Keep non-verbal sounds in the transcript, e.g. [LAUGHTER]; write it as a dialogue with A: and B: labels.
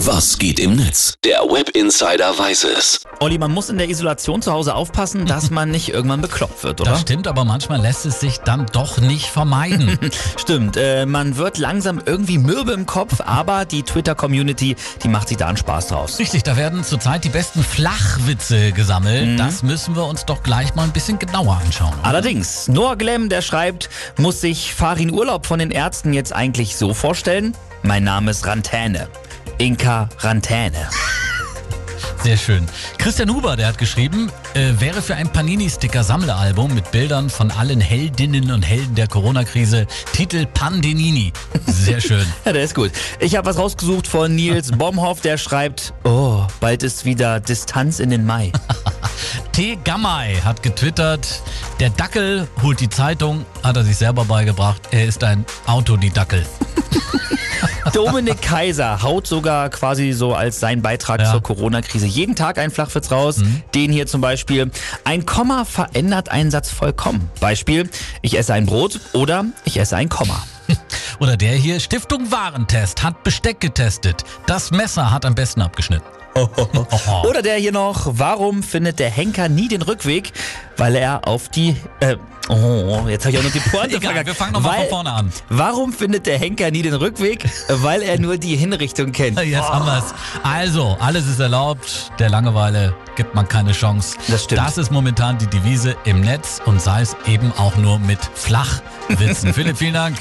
A: Was geht im Netz? Der Web Insider weiß es.
B: Olli, man muss in der Isolation zu Hause aufpassen, [LAUGHS] dass man nicht irgendwann bekloppt wird, oder?
C: Das stimmt, aber manchmal lässt es sich dann doch nicht vermeiden.
B: Stimmt, äh, man wird langsam irgendwie mürbe im Kopf, aber die Twitter-Community, die macht sich da einen Spaß draus.
C: Richtig, da werden zurzeit die besten Flachwitze gesammelt. Das müssen wir uns doch gleich mal ein bisschen genauer anschauen. oder?
B: Allerdings, Noah Glemm, der schreibt, muss sich Farin Urlaub von den Ärzten jetzt eigentlich so vorstellen? Mein Name ist Rantäne. Inka Rantäne.
C: Sehr schön. Christian Huber, der hat geschrieben, äh, wäre für ein Panini-Sticker-Sammelalbum mit Bildern von allen Heldinnen und Helden der Corona-Krise. Titel Pandenini. Sehr schön.
B: Ja, der ist gut. Ich habe was rausgesucht von [LAUGHS] Nils Bomhoff, der schreibt, oh, bald ist wieder Distanz in den Mai.
C: T. Gammay hat getwittert, der Dackel holt die Zeitung, hat er sich selber beigebracht. Er ist ein Autodidackel.
B: Dominik Kaiser haut sogar quasi so als seinen Beitrag
C: Ja. Mhm.
B: zur Corona-Krise jeden Tag einen Flachwitz raus. Den hier zum Beispiel. Ein Komma verändert einen Satz vollkommen. Beispiel, ich esse ein Brot oder ich esse ein Komma.
C: Oder der hier, Stiftung Warentest, hat Besteck getestet. Das Messer hat am
B: [LAUGHS]
C: besten abgeschnitten. Oho.
B: Oder der hier noch, warum findet der Henker nie den Rückweg? Weil er auf die... Äh, oh, jetzt habe ich auch noch die Pointe
C: [LAUGHS] Egal,
B: verkackt.
C: wir fangen nochmal von
B: Weil-
C: vorne an.
B: Warum findet der Henker nie den Rückweg? Weil er nur die Hinrichtung kennt.
C: Jetzt haben wir es. Also, alles ist erlaubt. Der Langeweile gibt man keine Chance.
B: Das stimmt.
C: Das
B: [LAUGHS]
C: ist momentan die Devise im Netz und sei es eben auch nur mit Flachwitzen. Philipp, vielen Dank.